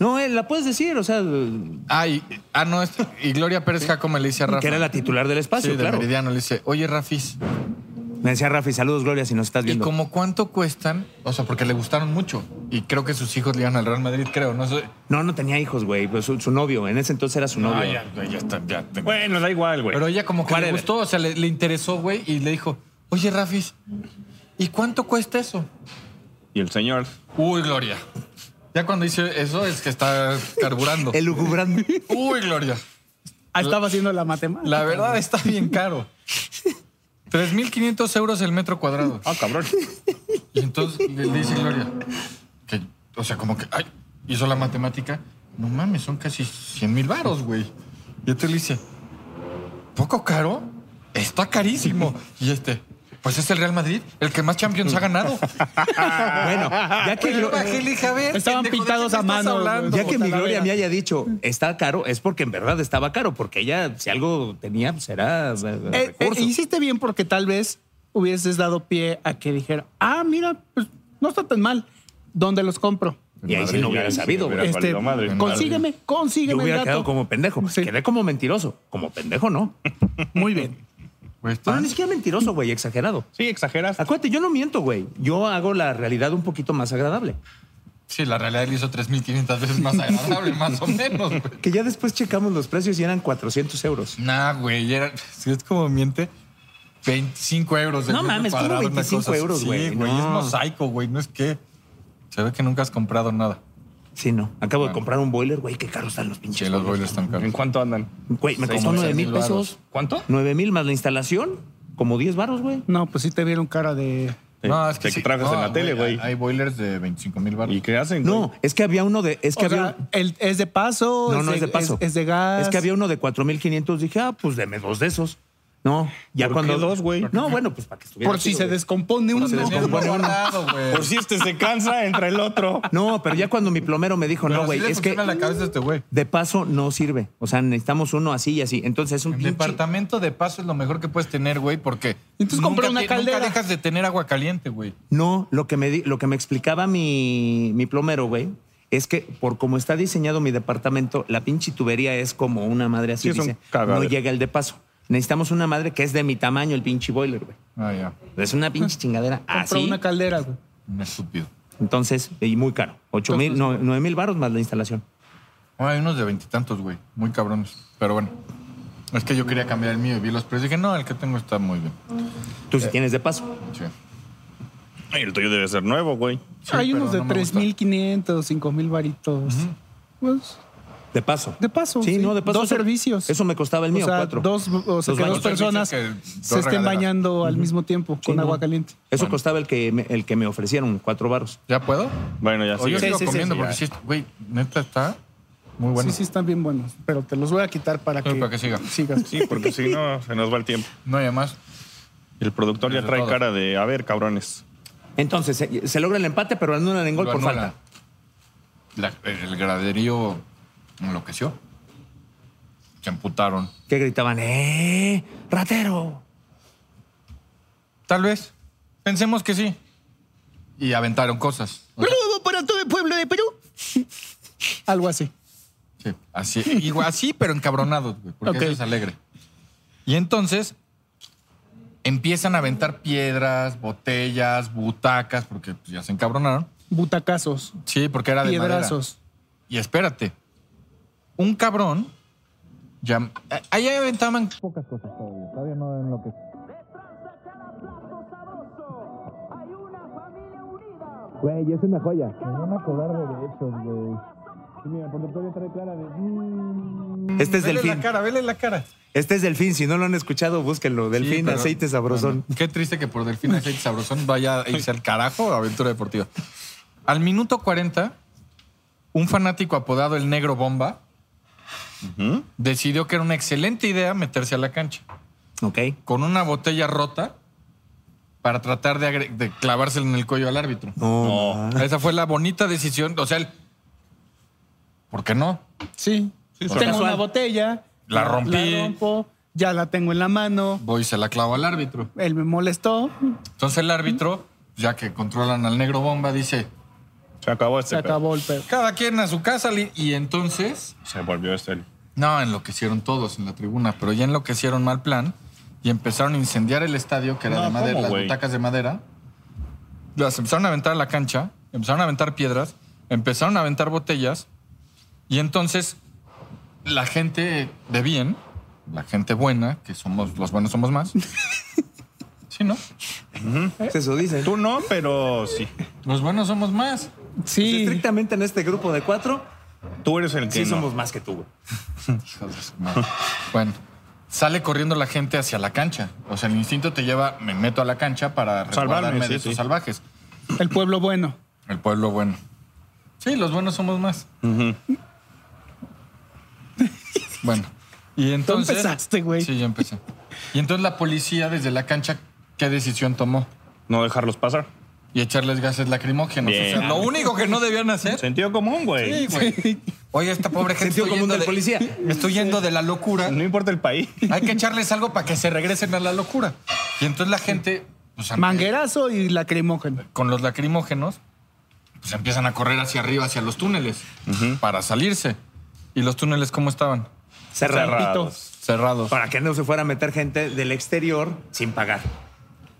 F: No, eh, la puedes decir, o sea, eh,
D: Ah, y, ah no, esta- y Gloria Pérez Jacome le dice a Rafa.
F: que era la titular del
D: Sí,
F: espacio,
D: de
F: claro.
D: Meridiano. Le dice, oye, Rafis,
F: Me decía Rafi, saludos, Gloria, si nos estás
D: ¿y
F: viendo.
D: como cuánto cuestan? O sea, porque le gustaron mucho. Y creo que sus hijos le iban al Real Madrid, creo. No sé.
F: No, no tenía hijos, güey. Pues su, su novio, en ese entonces era su novio.
D: Ah, ya, ya está, ya tengo.
E: Bueno, da igual, güey.
D: Pero ella como que le
F: Whatever.
D: gustó, o sea, le, le interesó, güey, y le dijo, oye, Rafis, ¿y cuánto cuesta eso?
E: Y el señor.
D: Uy, Gloria. Ya cuando dice eso es que está carburando.
F: El lucubrando.
D: Uy, Gloria.
C: Ah, estaba haciendo la matemática.
D: La verdad está bien caro. 3.500 euros el metro cuadrado.
E: Ah, cabrón.
D: Y entonces le dice Gloria, que, o sea, como que, ay, hizo la matemática. No mames, son casi 100 mil varos, güey. Y entonces le dice, ¿poco caro? Está carísimo. Y este, pues es el Real Madrid, el que más Champions ha ganado.
F: bueno, ya que,
D: Pues yo
F: Glo-
D: bajé y le dije, a ver,
C: Estaban
D: pendejo, ¿de
C: pintados
D: qué
C: a
D: me estás
C: mano, güey.
D: hablando?
F: ya que mi Gloria
C: Talavera.
F: me haya dicho está caro, es porque en verdad estaba caro, porque ella, si algo tenía, pues era eh,
C: Eh, eh,
F: recursos.
C: hiciste bien porque tal vez hubieses dado pie a que dijera, ah, mira, pues no está tan mal. ¿Dónde los compro?
F: y ahí sí
E: Madrid,
F: no hubiera
E: ahí sí
F: sabido,
E: hubiera
F: güey.
E: valido
C: Este,
E: madre. En
C: consígueme, consígueme.
F: Yo
C: el
F: hubiera
C: dato.
F: quedado como pendejo.
C: Sí.
F: Quedé como mentiroso. Como pendejo, no.
C: Muy bien.
D: Güey,
F: Pero
D: está-
F: ni siquiera mentiroso, güey, exagerado.
E: Sí, exageras.
F: Acuérdate, yo no miento, güey. Yo hago la realidad un poquito más agradable.
D: Sí, la realidad le hizo 3.500 veces más agradable, más o menos, güey.
F: Que ya después checamos los precios y eran 400 euros.
D: Nah, güey, era, si es como miente, 25 euros. el
F: No
D: metro
F: mames, ¿cómo
D: cuadrado, una
F: 25
D: cosa así.
F: euros, güey?
D: Sí, güey, es
F: No.
D: mosaico, güey, no es que... Se ve que nunca has comprado nada.
F: Sí, no. Acabo de comprar un boiler, güey. Qué caros están los
D: Sí,
F: pinches.
D: los boilers están
E: ¿En
D: caros.
E: cuánto andan?
F: Güey, me
D: Sí,
F: costó
D: como
F: 9 mil
D: 6,000 varos.
F: pesos.
E: ¿Cuánto?
F: 9 mil más la instalación. Como 10 varos, güey.
C: No, pues sí te vieron cara de.
D: No, es que
E: Te
D: sí.
E: tragas
D: No,
E: en la tele, güey.
D: Hay boilers de 25 mil baros.
E: ¿Y qué hacen? güey?
F: No, es que había uno de. Es que
C: O
F: había.
C: sea, el- es de paso.
F: no, no es de paso.
C: Es, es de gas.
F: Es que había uno de 4.500. Dije, ah, pues deme dos de esos. No, ya
E: ¿Por
F: cuando.
E: qué dos, güey?
F: No, bueno, pues para que estuviera.
C: Por si
F: chido,
C: se
F: güey.
C: descompone uno.
D: Se descompone uno. güey.
E: Por si este se cansa, entra el otro.
F: No, pero ya cuando mi plomero me dijo,
D: Pero
F: no,
D: así
F: güey,
D: le
F: es que.
D: funciona la cabeza a este güey.
F: De paso no sirve. O sea, necesitamos uno así y así. Entonces es un
D: El
F: pinche-
D: departamento de paso es lo mejor que puedes tener, güey, porque
C: Entonces
D: nunca
C: compra una
D: te- nunca
C: caldera.
D: dejas de tener agua caliente, güey.
F: No, lo que me, di- lo que me explicaba mi, mi plomero, güey, es que por cómo está diseñado mi departamento, la pinche tubería es como una madre así.
E: Sí, es un
F: dice,
E: cagadero.
F: no llega el de paso. Necesitamos una madre que es de mi tamaño, el pinche boiler, güey.
D: Ah, ya.
F: Es una pinche chingadera
C: Compró
F: así.
C: una caldera, güey.
D: Un estúpido.
F: Entonces, y muy caro. Ocho mil, no, nueve mil baros más la instalación.
D: Ah, hay unos de veintitantos, güey. Muy cabrones. Pero bueno. Es que yo quería cambiar el mío y vi los precios. Dije, no, el que tengo está muy bien.
F: Tú si tienes de paso.
D: Sí.
E: Ay, El tuyo debe ser nuevo, güey.
D: Sí,
C: Hay
D: pero
C: unos de
D: no me
C: 3.500, 5.000 varitos. Pues,
F: De paso.
C: de paso.
F: Sí, no, de paso.
C: Dos
F: eso-
C: servicios.
F: Eso me costaba el mío,
C: o sea,
F: cuatro.
C: Dos, o sea,
F: Dos
C: que dos
F: baños.
C: personas
D: Dos servicios que
C: se
D: dos
C: estén
D: regaderas.
C: bañando al mismo tiempo
F: Sí,
C: con
F: no.
C: agua caliente.
F: Eso costaba el que, me, el que me ofrecieron, cuatro varos.
D: ¿Ya puedo?
E: Bueno, ya
D: O yo
E: sigue.
D: sigo
C: sí, sí,
D: comiendo
C: sí,
D: porque sí, güey, neta está muy bueno.
C: Sí, sí, están bien buenos. Pero te los voy a quitar para,
D: Sí,
C: que,
D: para que siga.
C: sigas.
E: Sí, porque si no, se nos va el tiempo.
D: No, y además,
E: Y el productor ya
D: Eso
E: trae
D: todo.
E: cara de, a ver, cabrones.
F: Entonces, se, se logra el empate, pero anulan en gol
D: lo
F: por
D: anula.
F: falta.
D: La- el graderío enloqueció. Se emputaron.
F: que gritaban, ¡eh! ¡Ratero!
D: Tal vez. Pensemos que sí. Y aventaron cosas. O sea,
F: para todo el pueblo de Perú!
C: Algo así.
D: Sí, así, igual, así, pero encabronados, güey, porque
C: Ok.
D: eso es alegre. Y entonces empiezan a aventar piedras, botellas, butacas, porque pues, ya se encabronaron.
C: Butacazos,
D: Sí, porque era Ah, de madera.
C: piedrazos.
D: Y espérate, un cabrón ya a- allá aventaban pocas cosas todavía, todavía no en lo que
H: Detrás de cada plato sabroso hay una familia unida
F: Güey, es una joya.
H: Me van a cobrar derechos, güey. Sí, mira, por lo pronto trae cara de. mm.
F: Este es
D: Vele
F: Delfín.
D: la cara, vele la cara.
F: Este es Delfín. Si no lo han escuchado, búsquenlo. Delfín,
D: Sí, pero-
F: aceite sabrosón.
D: Bueno, qué triste que por Delfín Aceite Sabrosón vaya a irse al carajo a Aventura Deportiva. Al minuto 40, un fanático apodado el Negro Bomba decidió que era una excelente idea meterse a la cancha
F: Ok.
D: con una botella rota para tratar de, agre- de clavársela en el cuello al árbitro.
F: No.
E: No.
D: Esa fue la bonita decisión. O sea, el- ¿por qué no?
C: Sí. tengo
F: casual.
C: una botella.
D: La rompí.
C: La rompo. Ya la tengo en la mano.
D: Voy y se la clavo al árbitro.
C: Él me molestó.
D: Entonces el árbitro, ya que controlan al Negro Bomba, dice...
E: Se acabó este.
C: Se acabó el pedo.
D: Cada quien a su casa li- y entonces
E: pedo. Se volvió este.
D: No, enloquecieron todos en la tribuna, pero ya enloquecieron mal plan y empezaron a incendiar el estadio, que era
E: No,
D: de madera,
E: ¿cómo,
D: las
E: güey?
D: butacas de madera. Las empezaron a aventar a la cancha, empezaron a aventar piedras, empezaron a aventar botellas y entonces la gente de bien, la gente buena, que somos los buenos somos más. Sí, ¿no?
F: Eso dicen.
E: Tú no, pero sí.
D: Los buenos somos más.
F: Pues,
C: Sí.
F: Estrictamente en este grupo de cuatro,
E: Tú eres el que
F: sí
E: no.
F: somos más que tú. güey.
D: Hijo de su madre. Bueno, sale corriendo la gente hacia la cancha. O sea, el instinto te lleva, me meto a la cancha para
E: Salvarme,
D: resguardarme
E: sí,
D: de esos
E: sí.
D: salvajes.
C: El pueblo bueno.
D: El pueblo bueno. Sí, los buenos somos más. Bueno, y entonces...
C: empezaste, güey.
D: Sí, yo empecé. Y entonces la policía desde la cancha, ¿qué decisión tomó?
E: No dejarlos pasar.
D: Y echarles gases lacrimógenos.
E: Bien.
D: O sea, lo único que no debían hacer...
E: Sentido común,
D: Sí,
E: güey.
D: güey. Oye, esta pobre gente...
F: Sentido
D: estoy
F: común
D: yendo
F: del policía.
D: Me estoy yendo de la locura.
E: No importa el país.
D: Hay que echarles algo para que se regresen a la locura. Y entonces la gente... pues, ante-
C: Manguerazo y lacrimógeno.
D: con los lacrimógenos, pues empiezan a correr hacia arriba, hacia los túneles, para salirse. ¿Y los túneles cómo estaban?
E: Cerrados.
D: Cerrados.
F: Para que no se fuera a meter gente del exterior sin pagar.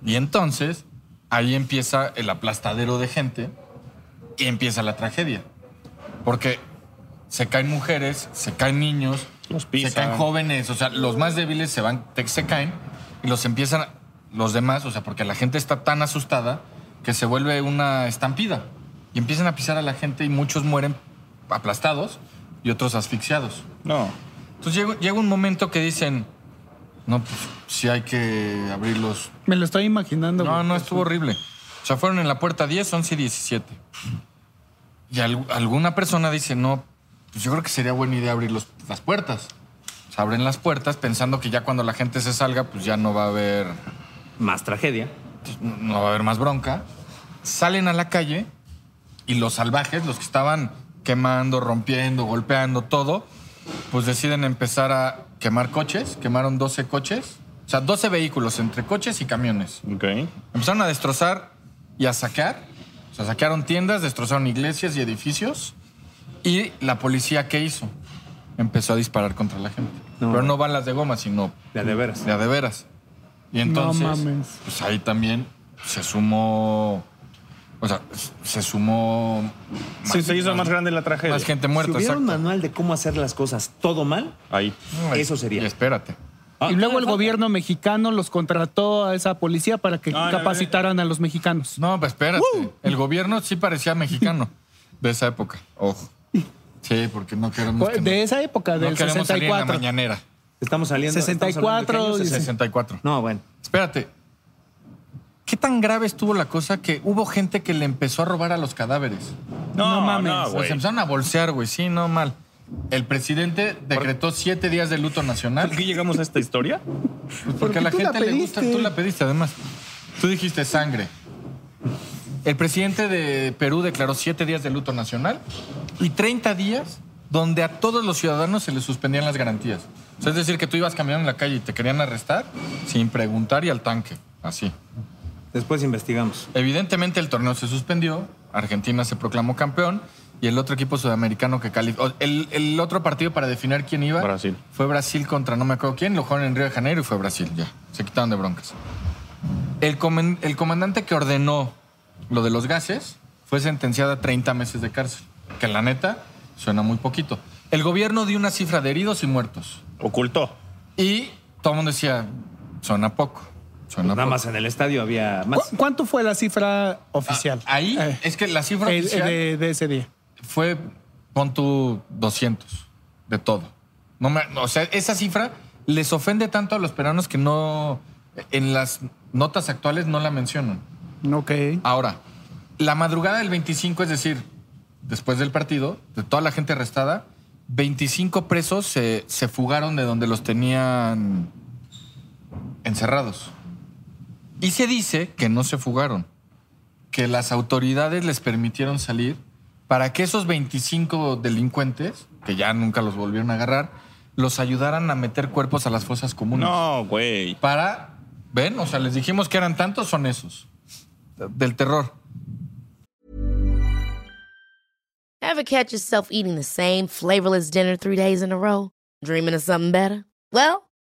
D: Y entonces, ahí empieza el aplastadero de gente y empieza la tragedia. Porque se caen mujeres, se caen niños,
E: Los
D: se
E: pisan.
D: caen jóvenes, o sea, los más débiles se van, te- se caen y los empiezan a- los demás, o sea, porque la gente está tan asustada que se vuelve una estampida y empiezan a pisar a la gente y muchos mueren aplastados y otros asfixiados.
E: No.
D: Entonces llega, llega un momento que dicen, no, pues sí hay que abrir los
C: Me lo estoy imaginando.
D: no,
C: güey.
D: no, estuvo horrible. O sea, fueron en la puerta 10, 11 y 17. Y al- alguna persona dice, no, pues yo creo que sería buena idea abrir los- las puertas. O sea, abren las puertas pensando que ya cuando la gente se salga, pues ya no va a haber,
F: Más tragedia.
D: no va a haber más bronca. Salen a la calle y los salvajes, los que estaban quemando, rompiendo, golpeando, todo, pues deciden empezar a quemar coches. Quemaron 12 coches. O sea, 12 vehículos entre coches y camiones.
E: Ok.
D: Empezaron a destrozar y a saquear. O sea, saquearon tiendas, destrozaron iglesias y edificios. Y la policía, ¿qué hizo? Empezó a disparar contra la gente.
F: No.
D: Pero no balas de goma, sino
F: Ya de veras.
D: de a de veras. Y entonces,
C: mames.
D: pues ahí también se sumó. O sea, se sumó.
E: Sí, se hizo más grande la tragedia.
D: Más gente
F: si
D: muerta,
F: hubiera un
D: exacto.
F: manual de cómo hacer las cosas todo mal,
E: Ahí.
F: eso sería.
D: Y espérate.
C: Y luego el gobierno mexicano los contrató a esa policía para que
E: No, no,
C: capacitaran a los mexicanos.
D: No, pues espérate. El gobierno sí parecía mexicano de esa época. Ojo. Sí, porque no queremos. que
C: De
D: nos-
C: esa época,
D: no
C: del
D: queremos salir en la
C: 64.
D: mañanera.
F: estamos saliendo. estamos hablando de qué
C: 64,
F: años,
C: dice.
F: 60.
D: 64.
F: No, bueno.
D: Espérate. ¿Qué tan grave estuvo la cosa que hubo gente que le empezó a robar a los cadáveres?
E: No,
C: No
E: no
C: mames.
E: mames.
D: O sea, se empezaron a bolsear, güey. Sí, no mal. El presidente decretó siete días de luto nacional.
E: ¿Por qué llegamos a esta historia?
D: Pues porque a la
C: tú la
D: gente le gusta,
C: pediste.
D: tú la pediste además. Tú dijiste sangre. El presidente de Perú declaró siete días de luto nacional y 30 días donde a todos los ciudadanos se les suspendían las garantías. O sea, es decir, que tú ibas caminando en la calle y te querían arrestar sin preguntar y al tanque. Así.
F: Después investigamos.
D: Evidentemente el torneo se suspendió, Argentina se proclamó campeón y el otro equipo sudamericano que calificó... El, el otro partido para definir quién iba
E: Brasil.
D: fue Brasil contra no me acuerdo quién, lo jugaron en Río de Janeiro y fue Brasil, ya. Se quitaron de broncas. El, comen- el comandante que ordenó lo de los gases fue sentenciado a 30 meses de cárcel, que la neta suena muy poquito. El gobierno dio una cifra de heridos y muertos
E: Ocultó.
D: y todo el mundo decía, suena poco. Suena
F: Nada
D: poco.
F: más en el estadio había más.
C: ¿Cu- ¿Cuánto fue la cifra oficial?
D: Ah, Ahí
C: Eh,
D: es que la cifra
C: eh,
D: oficial
C: de, de ese día.
D: fue, pon tú 200 de todo. No me- no, o sea, esa cifra les ofende tanto a los peruanos que no, en las notas actuales no la mencionan.
C: Ok.
D: Ahora, la madrugada del 25, es decir, después del partido, de toda la gente arrestada, 25 presos se, se fugaron de donde los tenían encerrados. Y se dice que no se fugaron, que las autoridades les permitieron salir para que esos 25 delincuentes, que ya nunca los volvieron a agarrar, los ayudaran a meter cuerpos a las fosas comunes
E: No, güey.
D: para. ¿Ven? O sea, les dijimos que eran tantos, son esos. Del terror.
B: Ever catch yourself eating the same flavorless dinner three days in a row? Dreaming of something better? Well,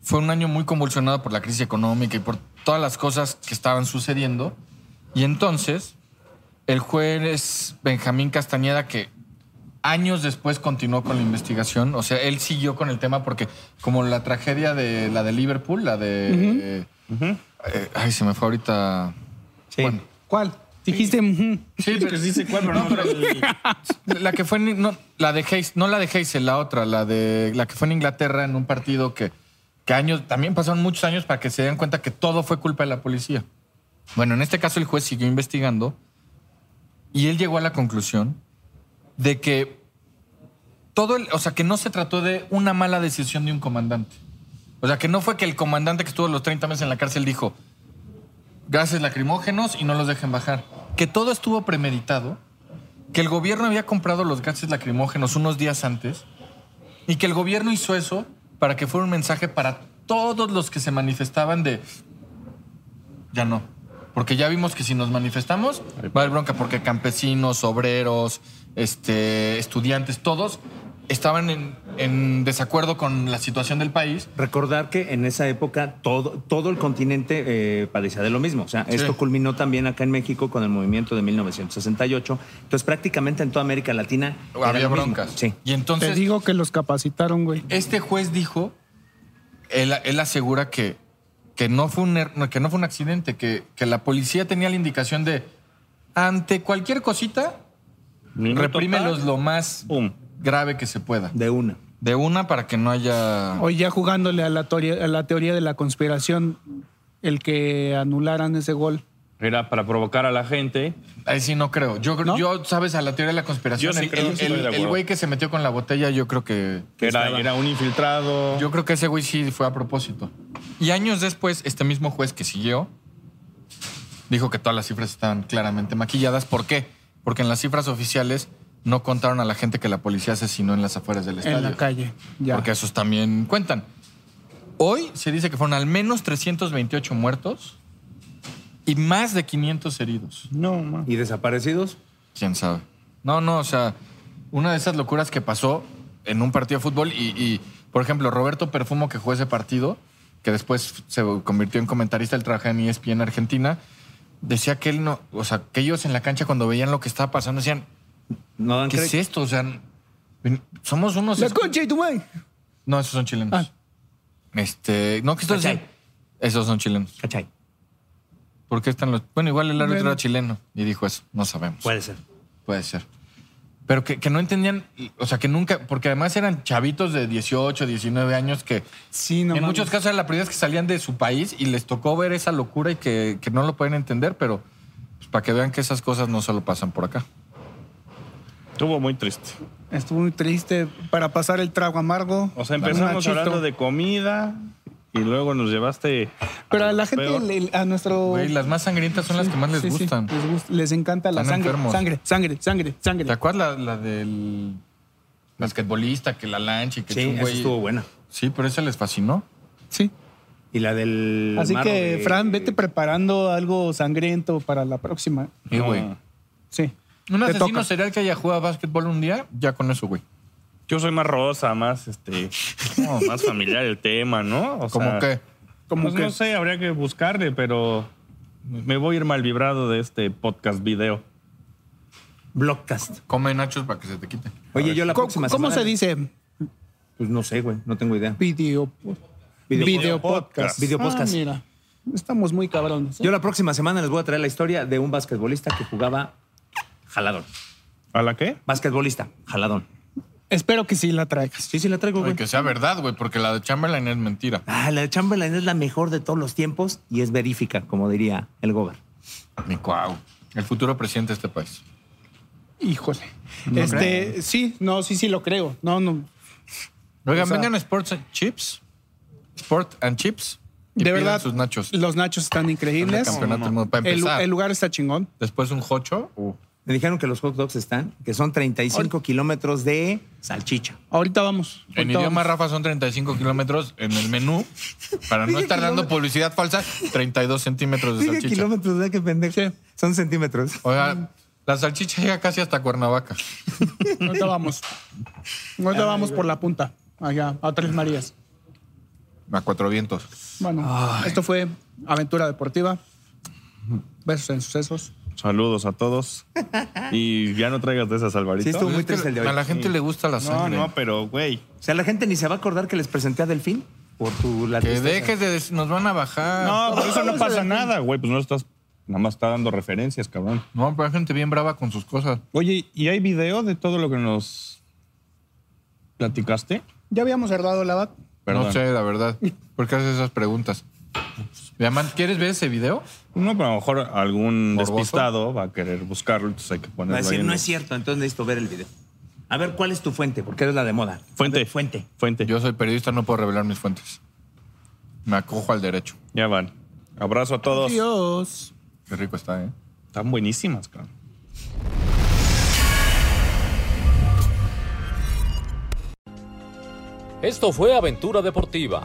D: fue un año muy convulsionado por la crisis económica y por todas las cosas que estaban sucediendo. Y entonces, el juez Benjamín Castañeda, que años después continuó con la investigación, o sea, él siguió con el tema porque, como la tragedia de la de Liverpool, la de. eh, ay, se me fue ahorita.
F: Sí.
D: Bueno.
C: ¿Cuál? Dijiste. ujú.
D: Sí, pero
E: Sí sé cuál, pero no, el-
D: La que fue en- no, la de Hayes, no la de Hazel, la otra, la de la que fue en Inglaterra en un partido que, que años, también pasaron muchos años para que se den cuenta que todo fue culpa de la policía. Bueno, en este caso el juez siguió investigando y él llegó a la conclusión de que todo el, o sea, que no se trató de una mala decisión de un comandante. O sea, que no fue que el comandante que estuvo los 30 meses en la cárcel dijo, gases lacrimógenos y no los dejen bajar. Que todo estuvo premeditado, que el gobierno había comprado los gases lacrimógenos unos días antes y que el gobierno hizo eso para que fuera un mensaje para todos los que se manifestaban de ya no. Porque ya vimos que si nos manifestamos va a haber bronca porque campesinos, obreros, este, estudiantes, todos estaban en, en desacuerdo con la situación del país
F: Recordar que en esa época todo, todo el continente eh, padecía de lo mismo. O sea, esto culminó también acá en México con el movimiento de 1968. Entonces, prácticamente en toda América Latina era
D: había
F: lo mismo.
D: broncas.
F: Sí.
D: Y
C: Te
D: entonces
C: digo que los capacitaron, güey.
D: este juez dijo, él, él asegura que, que, no fue un, er- que no fue un accidente, que, que la policía tenía la indicación de, ante cualquier cosita,
E: Minuto
D: reprímelos
E: tal.
D: lo más
E: Pum.
D: grave que se pueda.
F: De una.
D: De una para que no haya...
C: Hoy ya jugándole a la, teoría, a la teoría de la conspiración, el que anularan ese gol.
E: Era para provocar a la gente.
D: Ahí sí no creo. Yo, creo-
C: ¿No?
D: yo sabes, a la teoría de la conspiración,
E: Yo sí
D: el-
E: creo,
D: el-
E: sí estoy de
D: el- el
E: acuerdo.
D: güey que se metió con la botella, yo creo que...
E: Que era, era un infiltrado.
D: Yo creo que ese güey sí fue a propósito. Y años después, este mismo juez que siguió dijo que todas las cifras estaban claramente maquilladas. ¿Por qué? Porque en las cifras oficiales no contaron a la gente que la policía asesinó en las afueras del estadio.
C: En la calle. Ya.
D: Porque esos también cuentan. Hoy se dice que fueron al menos 328 muertos y más de 500 heridos.
C: No, ma.
F: ¿Y desaparecidos?
D: ¿Quién sabe? No, no, o sea, una de esas locuras que pasó en un partido de fútbol y, y, por ejemplo, Roberto Perfumo, que jugó ese partido, que después se convirtió en comentarista, él trabaja en E ESPN Argentina, decía que él no, o sea, que ellos en la cancha cuando veían lo que estaba pasando decían,
F: No dan
D: ¿qué es
F: crédito.
D: esto? O sea, ven- somos unos...
C: La concha y tu madre.
D: No, esos son chilenos.
C: Ah.
D: Este, no, que estos
F: Cachai.
D: son- Esos son chilenos.
F: ¿Cachai?
D: ¿Por qué están los...? Bueno, igual el árbitro
C: Bueno.
D: era chileno y dijo eso, no sabemos.
F: Puede ser.
D: Puede ser. Pero que, que no entendían, o sea, que nunca, porque además eran chavitos de 18, 19 años que
C: Sí, no
D: en
C: mames.
D: muchos casos era la primera vez que salían de su país y les tocó ver esa locura y que, que no lo pueden entender, pero pues, para que vean que esas cosas no solo pasan por acá.
E: Estuvo muy triste.
C: Estuvo muy triste para pasar el trago amargo.
E: O sea, empezamos
C: Nachito.
E: hablando de comida y luego nos llevaste.
C: Pero a
E: lo
C: la gente,
E: peor.
C: le- a nuestro.
D: Güey, las más sangrientas son las que más les
C: Sí, sí,
D: gustan.
C: les, gust- les encanta la
D: Están
C: sangre,
D: enfermos.
C: sangre. Sangre, sangre, sangre,
D: ¿Te acuerdas la, la del basquetbolista que la lancha y que
F: Sí,
D: echó un
F: esa
D: güey?
F: estuvo buena.
D: Sí, pero esa les fascinó.
C: Sí.
F: Y la del.
C: Así
F: marro
C: que,
F: de-
C: Fran, vete preparando algo sangriento para la próxima.
D: Sí, güey.
C: Sí.
D: Un
C: Te
D: asesino
C: toca.
D: serial que haya jugado a básquetbol un día, ya con eso, güey.
E: Yo soy más rosa, más este, no, más familiar el tema, ¿no? O
D: Como
E: sea,
D: que.
C: Como
E: pues
C: que
E: no sé, habría que buscarle, pero me voy a ir mal vibrado de este podcast video.
F: Blockcast.
D: Come nachos para que se te quite.
F: Oye, yo la
C: ¿Cómo,
F: próxima
C: cómo
F: semana-
C: se dice?
F: Pues no sé, güey. No tengo idea.
C: Video,
F: Video-
C: video podcast.
E: podcast.
F: Video podcast.
C: Ah, mira, estamos muy cabrones. ¿eh?
F: Yo la próxima semana les voy a traer la historia de un basquetbolista que jugaba jaladón.
E: ¿A la qué?
F: Basquetbolista, jaladón.
C: Espero que sí la traigas.
F: Sí, sí, la traigo,
D: Oye,
F: güey.
D: que sea verdad, güey, porque la de Chamberlain es mentira.
F: Ah, la de Chamberlain es la mejor de todos los tiempos y es verífica, como diría el Gober.
D: Mi cuau. El futuro presidente de este país.
C: Híjole. este, sí, no, sí, sí lo creo. No, no.
D: Oigan, vengan a Sports and Chips. Sport and Chips. Y
C: De
D: pidan
C: verdad,
D: sus nachos.
C: los nachos están
D: Son de
C: increíbles.
D: campeonato del mundo. Para
C: El,
D: empezar.
C: el lugar está chingón.
D: Después un jocho. Uh.
F: Me dijeron que los hot dogs están, que son 35 kilómetros de salchicha.
C: Ahorita vamos.
D: En
C: ahorita
D: idioma
C: vamos.
D: Rafa son 35 kilómetros en el menú. Para no estar dando publicidad falsa, 32 centímetros de
F: Dije
D: salchicha.
F: kilómetros, ¿verdad? Qué pendejo. Son centímetros.
D: Oiga, la salchicha llega casi hasta Cuernavaca.
C: Ahorita vamos. Ahorita vamos por la punta, allá, a Tres Marías.
D: A cuatro vientos.
C: Bueno, esto fue Aventura Deportiva. Besos en sucesos.
E: Saludos a todos. Y ya no traigas de esas, Alvarito.
F: Sí, estuvo muy
D: Es que
F: triste el de hoy.
D: a la gente le gusta la
E: no,
D: sangre.
E: no, pero güey.
F: O sea, la gente ni se va a acordar que les presenté a Delfín por tu la
D: que
F: tristeza.
D: dejes de decir, nos van a bajar.
E: No, por eso no pasa nada, güey. Pues no estás, nada más está dando referencias, cabrón.
D: No, pero hay gente bien brava con sus cosas.
E: Oye, ¿y hay video de todo lo que nos platicaste?
C: Ya habíamos cerrado la BAT.
E: Perdón.
D: No sé, la verdad. ¿Por qué haces esas preguntas? Y además, ¿quieres ver ese video?
E: No, pero a lo mejor algún
D: ¿Morboso?
E: despistado va a querer buscarlo, entonces hay que ponerlo
F: Va a
E: ahí
F: decir,
E: en
F: no
E: el-
F: es cierto, entonces necesito ver el video. A ver, ¿cuál es tu fuente? Porque eres la de moda. A
E: Fuente.
F: ver, fuente.
E: Fuente.
D: Yo soy periodista, no puedo revelar mis fuentes. Me acojo al derecho.
E: Ya van. Abrazo a todos.
C: Adiós.
D: Qué rico está, ¿eh?
E: Están buenísimas, cabrón.
A: Esto fue Aventura Deportiva.